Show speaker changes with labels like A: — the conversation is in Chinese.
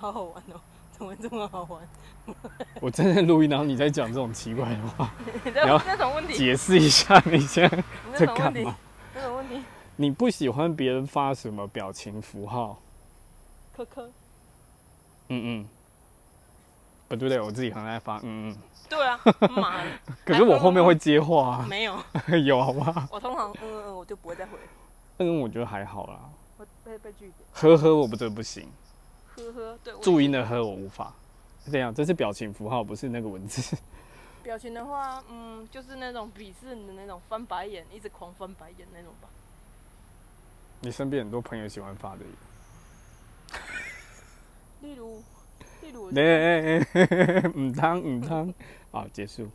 A: 好好玩哦，怎么这么好玩？
B: 我正在录音，然后你在讲这种奇怪的话，
A: 你
B: 你要
A: 这那种问题，
B: 解释一下你现在
A: 你
B: 在
A: 那种问
B: 干
A: 题
B: 嘛？，
A: 那种问题，
B: 你不喜欢别人发什么表情符号？
A: 科科，
B: 嗯嗯，不对不对，我自己很爱发嗯嗯，
A: 对 啊，妈的，
B: 可是我后面会接话、
A: 没有，
B: 啊，有好不好？
A: 我通常嗯嗯嗯，我就不会再回，
B: 嗯，我觉得还好啦。
A: 我被被拒绝，
B: 呵呵，我不这不行，
A: 呵呵，对，我
B: 注音的呵我无法。是这样，这是表情符号，不是那个文字。
A: 表情的话，嗯，就是那种鄙视你的那种翻白眼，一直狂翻白眼那种吧。
B: 你身边很多朋友喜欢发的耶。
A: 例如，例如我，
B: 对，唔汤唔汤，好结束。